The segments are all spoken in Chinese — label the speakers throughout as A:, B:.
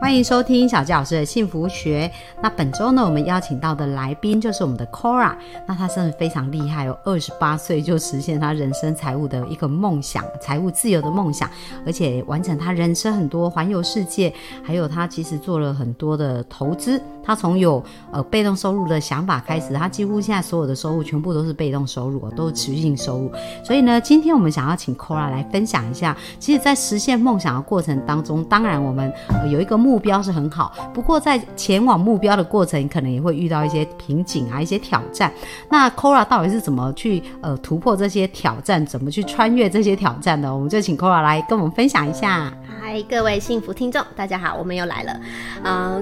A: 欢迎收听小纪老师的幸福学。那本周呢，我们邀请到的来宾就是我们的 Cora。那她真的非常厉害哦，二十八岁就实现她人生财务的一个梦想，财务自由的梦想，而且完成她人生很多环游世界，还有她其实做了很多的投资。她从有呃被动收入的想法开始，她几乎现在所有的收入全部都是被动收入，哦都是持续性收入。所以呢，今天我们想要请 Cora 来分享一下，其实，在实现梦想的过程当中，当然我们、呃有一个目标是很好，不过在前往目标的过程，可能也会遇到一些瓶颈啊，一些挑战。那 Cora 到底是怎么去呃突破这些挑战，怎么去穿越这些挑战的？我们就请 Cora 来跟我们分享一下。
B: 嗨，各位幸福听众，大家好，我们又来了。呃，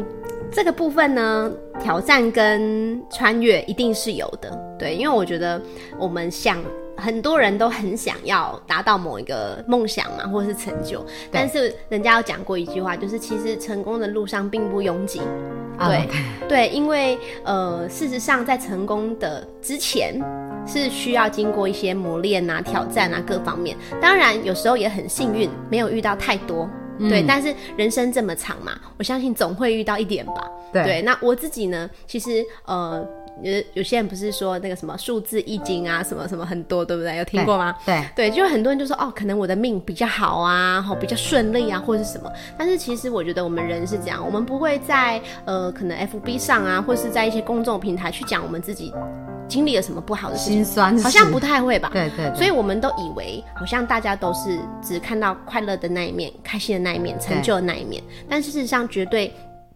B: 这个部分呢，挑战跟穿越一定是有的，对，因为我觉得我们想。很多人都很想要达到某一个梦想嘛，或者是成就，但是人家有讲过一句话，就是其实成功的路上并不拥挤，对
A: 啊，
B: 对，因为呃，事实上在成功的之前。是需要经过一些磨练啊、挑战啊各方面，当然有时候也很幸运，没有遇到太多，对。但是人生这么长嘛，我相信总会遇到一点吧。
A: 对
B: 那我自己呢，其实呃，有有些人不是说那个什么数字易经啊，什么什么很多，对不对？有听过吗？
A: 对，
B: 对，就很多人就说哦，可能我的命比较好啊，吼比较顺利啊，或者是什么。但是其实我觉得我们人是这样，我们不会在呃可能 FB 上啊，或是在一些公众平台去讲我们自己经历了什么不好的事情，
A: 心酸
B: 好像不太会吧？
A: 对对，
B: 所
A: 以
B: 以我们都以为好像大家都是只看到快乐的那一面、开心的那一面、成就的那一面，但事实上绝对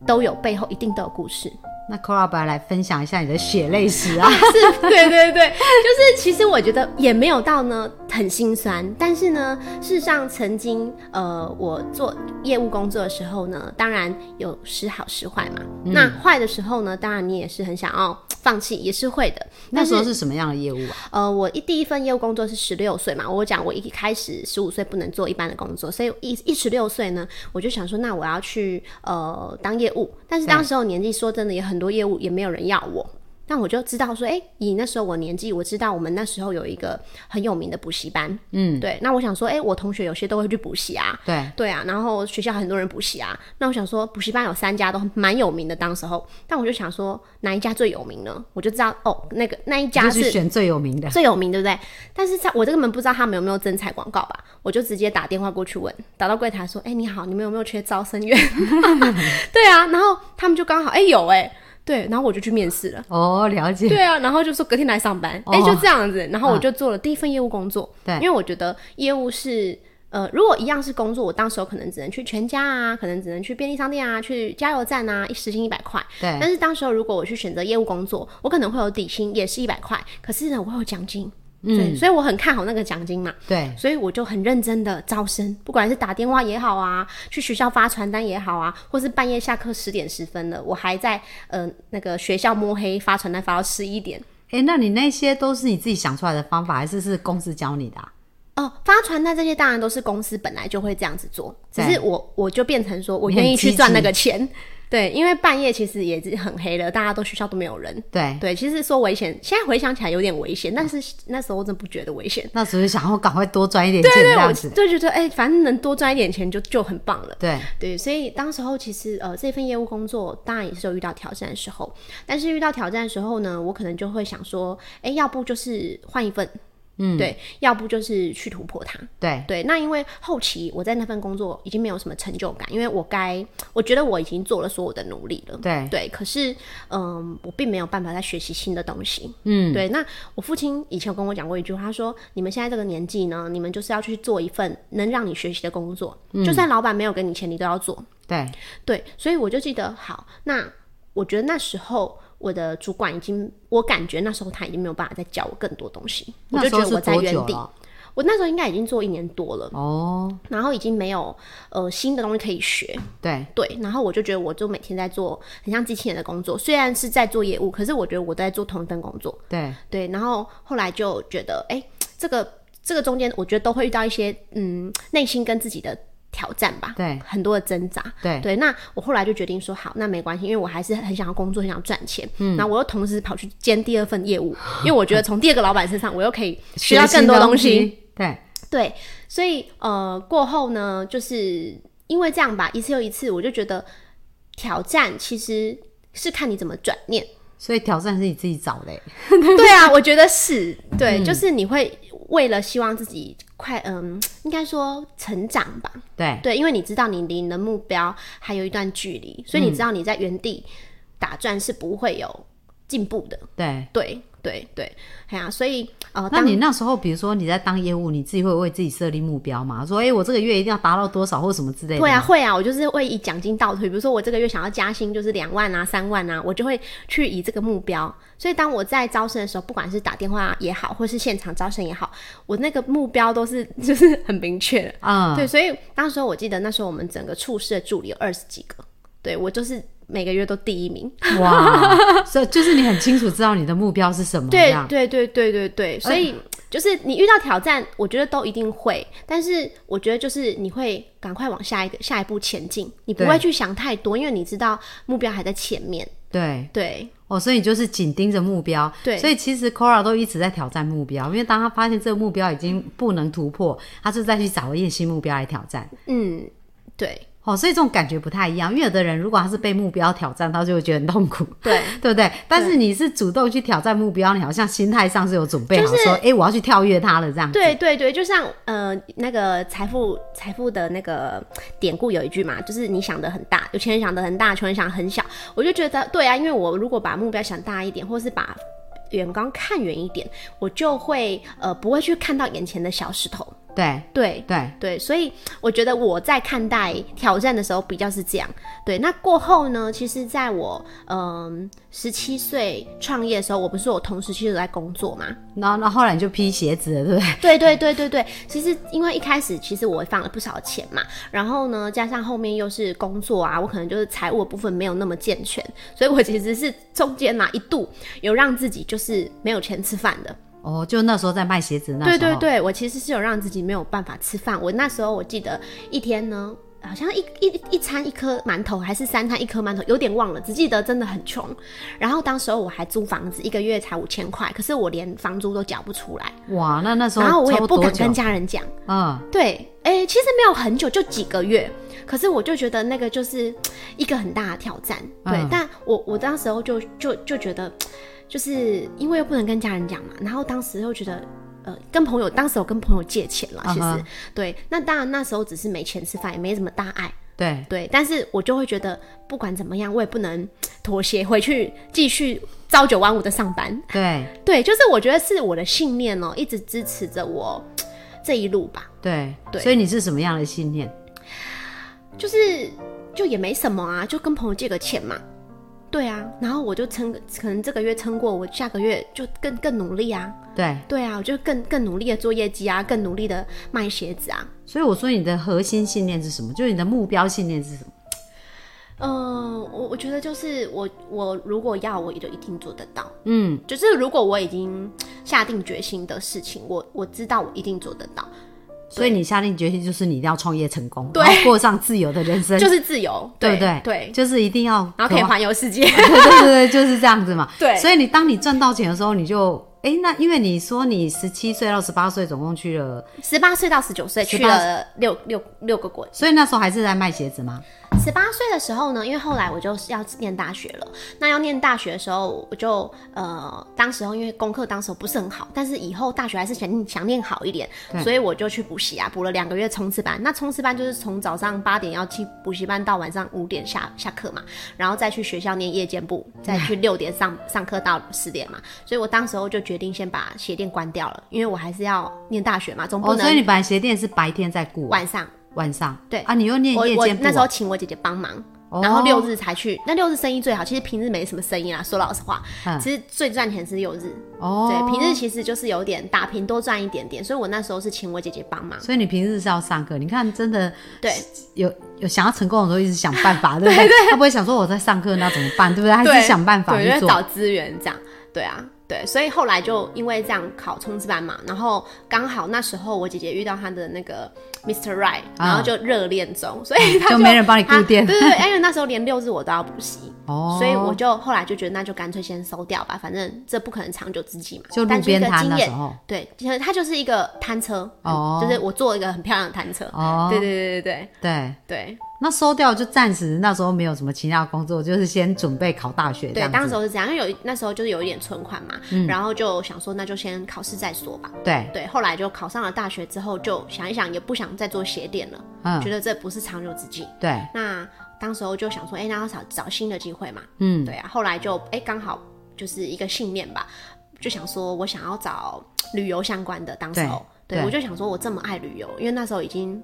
B: 都有背后一定都有故事。
A: 那 Cora 不要来分享一下你的血泪史啊。
B: 是，对对对，就是其实我觉得也没有到呢很心酸，但是呢，事实上曾经呃我做业务工作的时候呢，当然有时好时坏嘛。那坏的时候呢，当然你也是很想要放弃，也是会的。
A: 那
B: 但
A: 时候
B: 是
A: 是什么样的业务啊？
B: 呃，我一第一份业务工作是十六岁嘛，我讲我一开始十五岁不能做一般的工作，所以一一十六岁呢，我就想说，那我要去呃当业务，但是当时候年纪说真的也很多业务也没有人要我。但我就知道说，哎、以那时候我年纪，我知道我们那时候有一个很有名的补习班，嗯，对。那我想说，哎、我同学有些都会去补习啊，
A: 对，
B: 对啊，然后学校很多人补习啊，那我想说补习班有三家都蛮有名的，当时候，但我就想说哪一家最有名呢？我就知道哦，那个那一
A: 就
B: 家
A: 是
B: 是
A: 选最有名的。
B: 最有名，对不对？但是在我这个门不知道他们有没有征才广告吧，我就直接打电话过去问，打到柜台说：“哎、你好，你们有没有缺招生员？” 对啊，然后他们就刚好哎、有哎、对，然后我就去面试了。
A: 哦，了解。
B: 对啊，然后就说隔天来上班，
A: 哦嗯
B: 哎、就这样子，然后我就做了第一份业务工作，
A: 对
B: 因为我觉得业务是。呃，如果一样是工作，我当时候可能只能去全家啊，可能只能去便利商店啊，去加油站啊，一时薪一百块。
A: 对
B: 但是当时候如果我去选择业务工作，我可能会有底薪，也是一百块，可是呢，我会有奖金，嗯，所以我很看好那个奖金嘛，
A: 对
B: 所以我就很认真的招生，不管是打电话也好啊，去学校发传单也好啊，或是半夜下课十点十分了，我还在呃那个学校摸黑发传单发到十一点。
A: 哎、那你那些都是你自己想出来的方法，还是是公司教你的、啊？
B: 哦，发传单这些当然都是公司本来就会这样子做，只
A: 对
B: 是我我就变成说我
A: 你很
B: 愿意
A: 积
B: 去
A: 极
B: 赚那个钱，对，因为半夜其实也是很黑了，大家都学校都没有人，
A: 对，
B: 对，其实说危险，现在回想起来有点危险，但是那时候我真的不觉得危险，
A: 那时候就想要赶快多赚一点钱这样
B: 我
A: 子。
B: 就觉得哎、反正能多赚一点钱就就很棒了。
A: 对，
B: 对，所以当时候其实呃，这份业务工作当然也是有遇到挑战的时候，但是遇到挑战的时候呢，我可能就会想说，哎，要不就是换一份，嗯，对，要不就是去突破它。
A: 对，
B: 对，那因为后期我在那份工作已经没有什么成就感，因为我该，我觉得我已经做了所有的努力了。
A: 对
B: 对，可是嗯，我并没有办法再学习新的东西。嗯，对。那我父亲以前有跟我讲过一句话，他说：“你们现在这个年纪呢，你们就是要去做一份能让你学习的工作，
A: 嗯
B: 就算老板没有给你钱，你都要做。”
A: 对，
B: 对，所以我就记得，好，那我觉得那时候我的主管已经，我感觉那时候他已经没有办法再教我更多东西，我
A: 那
B: 就
A: 时
B: 觉
A: 候
B: 得
A: 是
B: 我在
A: 多
B: 原
A: 久
B: 地。
A: 了？
B: 我那时候应该已经做一年多了，
A: 哦，
B: 然后已经没有呃新的东西可以学，
A: 对，
B: 对，然后我就觉得我就每天在做很像机器人的工作，虽然是在做业务，可是我觉得我都在做同一份工作，
A: 对，
B: 对，然后后来就觉得，哎、这个这个中间，我觉得都会遇到一些嗯内心跟自己的挑战吧，
A: 对
B: 很多的挣扎。
A: 对
B: 对，那我后来就决定说，好，那没关系，因为我还是很想要工作，很想赚钱。嗯，然后我又同时跑去兼第二份业务，因为我觉得从第二个老板身上，我又可以学到更多
A: 学
B: 东西。
A: 新东西，对，
B: 对，所以呃，过后呢，就是因为这样吧，一次又一次，我就觉得挑战其实是看你怎么转念。
A: 所以挑战是你自己找的欸，
B: 对啊，我觉得是对，
A: 嗯
B: 就是你会为了希望自己快，嗯，应该说成长吧，
A: 对，
B: 对，因为你知道你离你的目标还有一段距离，所以你知道你在原地打转是不会有进步的。
A: 对。
B: 对对对，哎呀、所以呃，
A: 那
B: 当
A: 你那时候，比如说你在当业务，你自己会为自己设立目标吗？说，哎、我这个月一定要达到多少或什么之类的吗。
B: 会啊会啊，我就是会以奖金倒推，比如说我这个月想要加薪就是两万啊三万啊，我就会去以这个目标。所以当我在招生的时候，不管是打电话也好，或是现场招生也好，我那个目标都是 就是很明确的。
A: 嗯，
B: 对，所以当时候我记得那时候我们整个处室的助理有二十几个，对我就是每个月都第一名。
A: 哦 哇，所以就是你很清楚知道你的目标是什么，这
B: 对
A: 样哎
B: 对对对对对，所以就是你遇到挑战，我觉得都一定会，但是我觉得就是你会赶快往下一个下一步前进，你不
A: 对
B: 会去想太多，因为你知道目标还在前面。
A: 对
B: 对
A: 哦，所以你就是紧盯着目标。
B: 对
A: 所以其实 Cora 都一直在挑战目标，因为当他发现这个目标已经不能突破，他就再去找一些新目标来挑战。
B: 嗯，对
A: 哦，所以这种感觉不太一样，因为有的人如果他是被目标挑战，他就会觉得很痛苦，
B: 对
A: 对不对？但是你是主动去挑战目标，你好像心态上是有准备好，
B: 就是
A: 说，哎、我要去跳跃它了这样子。
B: 对对对，就像呃那个财富财富的那个典故有一句嘛，就是你想的很大，有钱人想的很大，穷人想得很小。我就觉得对啊，因为我如果把目标想大一点，或是把远光看远一点，我就会呃不会去看到眼前的小石头。
A: 对
B: 对
A: 对
B: 对，所以我觉得我在看待挑战的时候比较是这样。对，那过后呢，其实在我嗯十七岁创业的时候，我不是我同时期都在工作嘛？
A: 然后，然后后来你就披鞋子了，对不对？
B: 对对对对对，其实因为一开始其实我放了不少钱嘛，然后呢，加上后面又是工作啊，我可能就是财务的部分没有那么健全，所以我其实是中间嘛一度 有让自己就是没有钱吃饭的。
A: 哦，就那时候在卖鞋子那时候。
B: 对对对，我其实是有让自己没有办法吃饭。我那时候我记得一天呢，好像一一一餐一颗馒头，还是三餐一颗馒头，有点忘了，只记得真的很穷。然后当时候我还租房子，一个月才五千块，可是我连房租都缴不出来，
A: 哇，那那时候
B: 然后我也
A: 抽
B: 不
A: 多
B: 敢
A: 久
B: 跟家人讲。
A: 嗯，
B: 对，哎、其实没有很久，就几个月。可是我就觉得那个就是一个很大的挑战，对。
A: 嗯
B: 但我我当时候就就就觉得，就是因为又不能跟家人讲嘛，然后当时又觉得。呃，跟朋友，当时我跟朋友借钱了，其实、
A: 嗯哼
B: 对。那当然那时候只是没钱吃饭，也没什么大碍，
A: 对
B: 对。但是我就会觉得，不管怎么样，我也不能妥协，回去继续朝九晚五的上班。
A: 对
B: 对，就是我觉得是我的信念哦、一直支持着我这一路吧。
A: 对
B: 对
A: 所以你是什么样的信念？
B: 就是就也没什么啊，就跟朋友借个钱嘛。对啊，然后我就撑，可能这个月撑过，我下个月就更更努力啊。
A: 对，
B: 对啊，我就更更努力的做业绩啊，更努力的卖鞋子啊。
A: 所以我说你的核心信念是什么？就是你的目标信念是什么？
B: 嗯、我我觉得就是我我如果要，我也就一定做得到。
A: 嗯，
B: 就是如果我已经下定决心的事情，我我知道我一定做得到，
A: 所以你下定决心就是你一定要创业成功，
B: 对
A: 然后过上自由的人生，
B: 就是自由，
A: 嗯对不
B: 对
A: 对？
B: 对，
A: 就是一定要
B: 然后可以
A: 渴望
B: 环游 世界。
A: 对对对，对就是这样子嘛。
B: 对
A: 所以你当你赚到钱的时候，你就哎、诶那因为你说你十七岁到十八岁总共去了，
B: 十八岁到十九岁去
A: 18
B: 了六六六个国
A: 所以那时候还是在卖鞋子吗？
B: 十八岁的时候呢，因为后来我就是要念大学了。那要念大学的时候，我就呃，当时候因为功课当时候不是很好，但是以后大学还是想想念好一点，所以我就去补习啊，补了两个月冲刺班。那冲刺班就是从早上八点要去补习班到晚上五点下下课嘛，然后再去学校念夜 间部，再去六点上上课到十点嘛。所以我当时候就决定先把鞋店关掉了，因为我还是要念大学嘛，总不
A: 哦，所以
B: 能
A: 你本来鞋店是白天在顾，
B: 晚上。
A: 晚上
B: 对
A: 啊，你又念
B: 我
A: 夜
B: 我
A: 间部、啊
B: 那时候请我姐姐帮忙，
A: 哦
B: 然后六日才去。那六日生意最好，其实平日没什么生意啦。说老实话，
A: 嗯
B: 其实最赚钱是六日。
A: 哦，
B: 对，平日其实就是有点打平，多赚一点点。所以我那时候是请我姐姐帮忙。
A: 所以你平日是要上课，你看真的
B: 对
A: 有有想要成功的时候，一直想办 法，对不对？他不会想说我在上课那怎么办，对不对？还
B: 对
A: 是想办法
B: 对，
A: 去
B: 就是
A: 做。
B: 找资源这样。对啊，对，所以后来就因为这样考冲刺班嘛，然后刚好那时候我姐姐遇到她的那个 Mr. Right，然后就热恋中，所以她
A: 啊哎就没人帮你固定
B: 她对对对，因为那时候连六日我都要补习，
A: 哦，
B: 所以我就后来就觉得那就干脆先收掉吧，反正这不可能长久之计嘛。
A: 就路
B: 但是一
A: 边
B: 个
A: 摊
B: 经
A: 那时
B: 验，
A: 候，
B: 对，其实它就是一个摊车，嗯
A: 哦
B: 就是我做一个很漂亮的摊车。
A: 哦，
B: 对对对对
A: 对
B: 对对
A: 那收掉就暂时那时候没有什么其他工作，就是先准备考大学这
B: 对，
A: 样
B: 当
A: 子嗯
B: 时候是这样，因为有那时候就是有一点存款嘛，然后就想说那就先考试再说吧。
A: 对，
B: 对，后来就考上了大学之后，就想一想也不想再做鞋店了，
A: 嗯
B: 觉，得这不是长久之计。
A: 对，
B: 那当时候就想说，哎、那要找找新的机会嘛，
A: 嗯，
B: 对啊，后来就哎、诶刚好就是一个信念吧，就想说我想要找旅游相关的，当时候。
A: 对
B: 对，
A: 对
B: 我就想说，我这么爱旅游，因为那时候已经，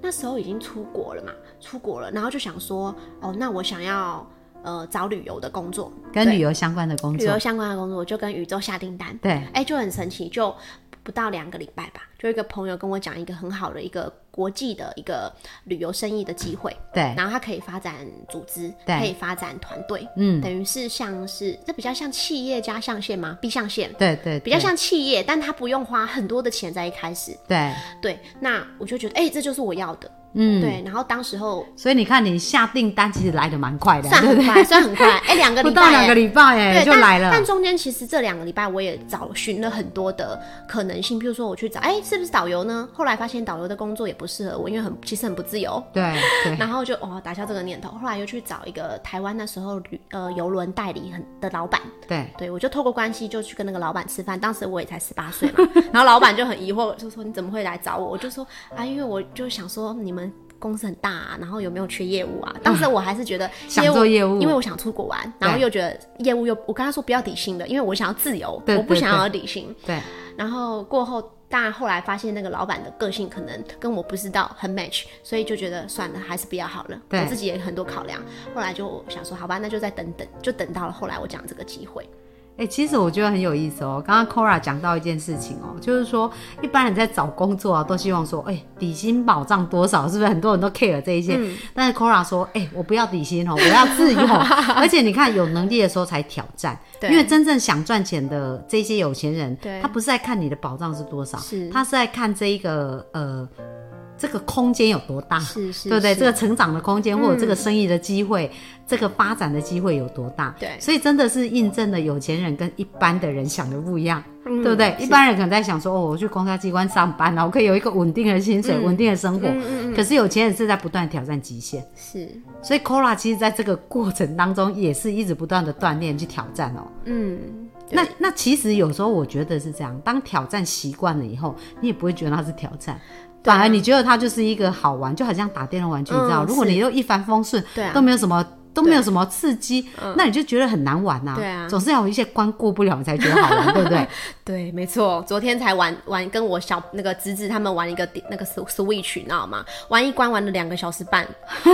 B: 那时候已经出国了嘛，出国了，然后就想说，哦，那我想要呃找旅游的工作，
A: 跟
B: 对
A: 旅游相关的工
B: 旅游
A: 作，
B: 相关的工作，我就跟宇宙下订单，
A: 对，
B: 哎、就很神奇，就不到两个礼拜吧，就一个朋友跟我讲一个很好的一个国际的一个旅游生意的机会，
A: 对，
B: 然后它可以发展组织，
A: 对
B: 可以发展团队，
A: 嗯，
B: 等于是像是这比较像企业家象限吗？B 象限。
A: 对对，
B: 比较
A: 对
B: 像企业，但它不用花很多的钱在一开始。
A: 对，
B: 对，那我就觉得，哎、这就是我要的。
A: 嗯，
B: 对，然后当时候
A: 所以你看你下订单其实来的蛮快的，
B: 算
A: 对
B: 很
A: 不
B: 快，算很快，哎、两个
A: 对？不
B: 礼拜、
A: 到两
B: 哎
A: 个礼拜哎
B: 对，
A: 就
B: 但
A: 来了
B: 但，中间其实这两个礼拜我也找寻了很多的可能性，譬如说我去找，哎、是不是导游呢？后来发现导游的工作也不适合我，因为很其实很不自由。
A: 对对
B: 然后就哦打消这个念头，后来又去找一个台湾那时候旅呃游轮代理很的老板，
A: 对，
B: 对我就透过关系就去跟那个老板吃饭，当时我也才十八岁 嘛，然后老板就很疑惑，就说你怎么会来找我？我就说啊，因为我就想说你们。公司很大、啊，然后有没有缺业务啊？当时我还是觉得
A: 嗯想做业务
B: 因为我想出国玩，然后又觉得业务又，我跟他说不要底薪的，因为我想要自由，
A: 对
B: 我不
A: 对
B: 想要底薪。
A: 对
B: 然后过后，当然后来发现那个老板的个性可能跟我不知道很 match，所以就觉得算了，还是不要好了。
A: 对
B: 我自己也很多考量，后来就想说，好吧，那就再等等，就等到了后来我讲这个机会。
A: 哎、其实我觉得很有意思哦。刚刚 Kora 讲到一件事情哦，就是说一般人在找工作啊，都希望说，哎、底薪保障多少？是不是很多人都 care 这一些？
B: 嗯
A: 但是 Kora 说，哎、我不要底薪哦，我要自 由。而且你看，有能力的时候才挑战，
B: 对
A: 因为真正想赚钱的这些有钱人
B: 对，
A: 他不是在看你的保障是多少，
B: 是
A: 他是在看这一个呃这个空间有多大。
B: 是是
A: 啊对不对？这
B: 是嗯
A: 个成长的空间，或者这个生意的机会，这个发展的机会有多大？
B: 对
A: 所以真的是印证了有钱人跟一般的人想的不一样，
B: 嗯
A: 对不对？
B: 是
A: 一般人可能在想说，哦，我去公家机关上班啊，我可以有一个稳定的薪水、
B: 嗯
A: 稳定的生活。可是有钱人是在不断挑战极限，
B: 是，
A: 所以 Kora 其实在这个过程当中也是一直不断的锻炼去挑战哦。
B: 嗯，
A: 那那其实有时候我觉得是这样，当挑战习惯了以后，你也不会觉得它是挑战，
B: 对啊
A: 反而你觉得它就是一个好玩，就好像打电动玩具，你知道，
B: 嗯
A: 如果
B: 是
A: 你又一帆风顺，
B: 对啊嗯
A: 都没有什么。都没有什么刺激，那你就觉得很难玩呐、
B: 对啊
A: 总是要有一些关过不了，你才觉得好 玩，对不对？
B: 对，没错。昨天才玩玩，跟我小那个侄子他们玩一个那个 Sw- Switch，你知道吗？玩一关玩了两个小时 半，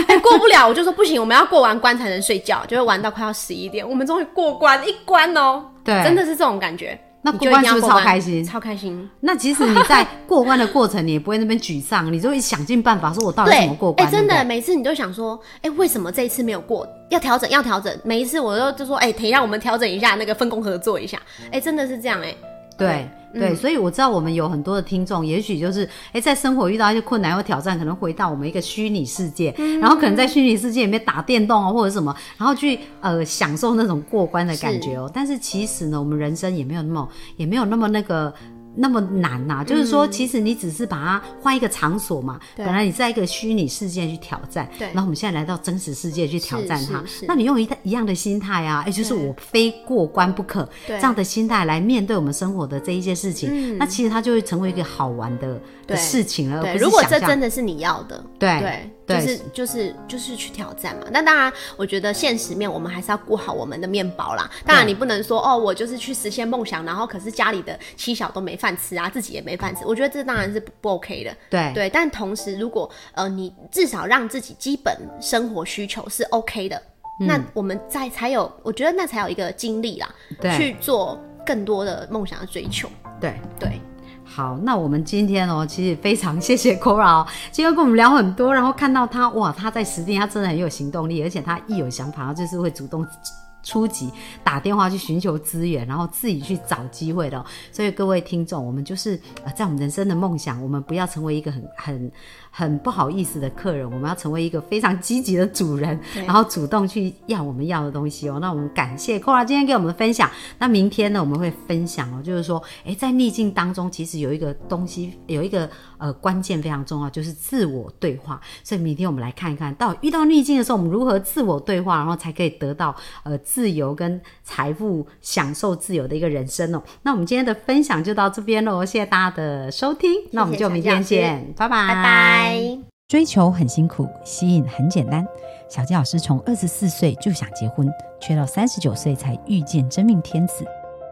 B: 哎，过不了，我就说不行，我们要过完关才能睡觉，就会玩到快要十一点。我们终于过关一关哦，
A: 对
B: 真的是这种感觉。
A: 那
B: 你
A: 过
B: 就一
A: 关
B: 定
A: 是不是
B: 要过
A: 超
B: 关
A: 开心？
B: 超开心。
A: 那其实你在过关的过程，你也不会那边沮丧，你就会想尽办法说，我到底怎么过
B: 哎、
A: 关？对
B: 真的，
A: 不对，
B: 每次你都想说，哎、为什么这一次没有过？要调整，要调整。每一次我都就说，哎、等一下，我们调整一下那个分工合作一下。
A: 嗯
B: 哎、真的是这样、哎，
A: 对对，所以我知道我们有很多的听众，也许就是哎，在生活遇到一些困难或挑战，可能回到我们一个虚拟世界，
B: 嗯
A: 然后可能在虚拟世界里面打电动啊或者什么，然后去呃享受那种过关的感觉哦。但是其实呢，我们人生也没有那么也没有那么那个。那么难呐、就是说，其实你只是把它换一个场所嘛。
B: 嗯对
A: 本来你在一个虚拟世界去挑战，
B: 对
A: 然后我们现在来到真实世界去挑
B: 是
A: 战
B: 是
A: 它
B: 是，
A: 那你用一一样的心态啊，哎，就是
B: 对
A: 我非过关不可，
B: 对嗯
A: 这样的心态来面对我们生活的这一些事情，那其实它就会成为一个好玩的的
B: 对
A: 事情了。而
B: 对，
A: 不是
B: 如果
A: 想
B: 这
A: 象
B: 真的是你要的，
A: 对
B: 对，
A: 对
B: 就是就是就是去挑战嘛。那当然，我觉得现实面我们还是要顾好我们的面包啦。当然，
A: 对
B: 你不能说哦，我就是去实现梦想，然后可是家里的妻小都没饭吃啊，自己也没饭吃。我觉得这当然是不不 OK 的。
A: 对
B: 对，但同时，如果呃你至少让自己基本生活需求是 OK 的，那我们再才有，我觉得那才有一个精力啦，
A: 对
B: 去做更多的梦想的追求。
A: 对。
B: 对，
A: 好，那我们今天哦，其实非常谢谢 Cora 哦，今天跟我们聊很多，然后看到他哇，他在实地，他真的很有行动力，而且他一有想法，他就是会主动
C: 初级打电话去寻求资源，然后自己去找机会的哦、所以各位听众，我们就是呃，在我们人生的梦想，我们不要成为一个很很很不好意思的客人，我们要成为一个非常积极的主人，然后主动去要我们要的东西哦。那我们感谢 Kora 今天给我们的分享。那明天呢，我们会分享哦，就是说，诶，在逆境当中，其实有一个东西，有一个呃关键非常重要，就是自我对话。所以明天我们来看一看，到底遇到逆境的时候，我们如何自我对话，然后才可以得到呃自由跟财富，享受自由的一个人生哦。那我们今天的分享就到这边喽，谢谢大家的收听，那我们就明天
B: 小纪老师
C: 见，拜拜，
B: 拜拜。
A: 追求很辛苦，吸引很简单。小纪老师从二十四岁就想结婚，却到三十九岁才遇见真命天子。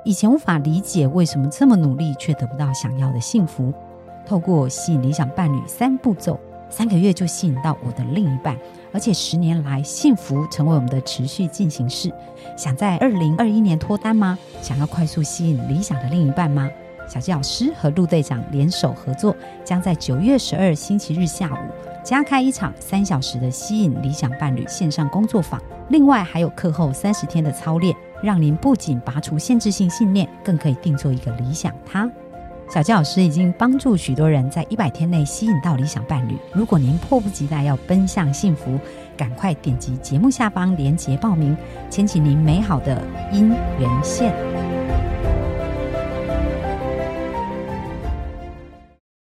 A: 以前无法理解为什么这么努力却得不到想要的幸福。透过吸引理想伴侣三步骤，三个月就吸引到我的另一半，而且十年来幸福成为我们的持续进行式。想在二零二一年脱单吗？想要快速吸引理想的另一半吗？小纪老师和陆队长联手合作，将在九月十二星期日下午加开一场三小时的吸引理想伴侣线上工作坊，另外还有课后三十天的操练，让您不仅拔除限制性信念，更可以定做一个理想他。小纪老师已经帮助许多人在一百天内吸引到理想伴侣。如果您迫不及待要奔向幸福，赶快点击节目下方链接报名，牵起您美好的姻缘线。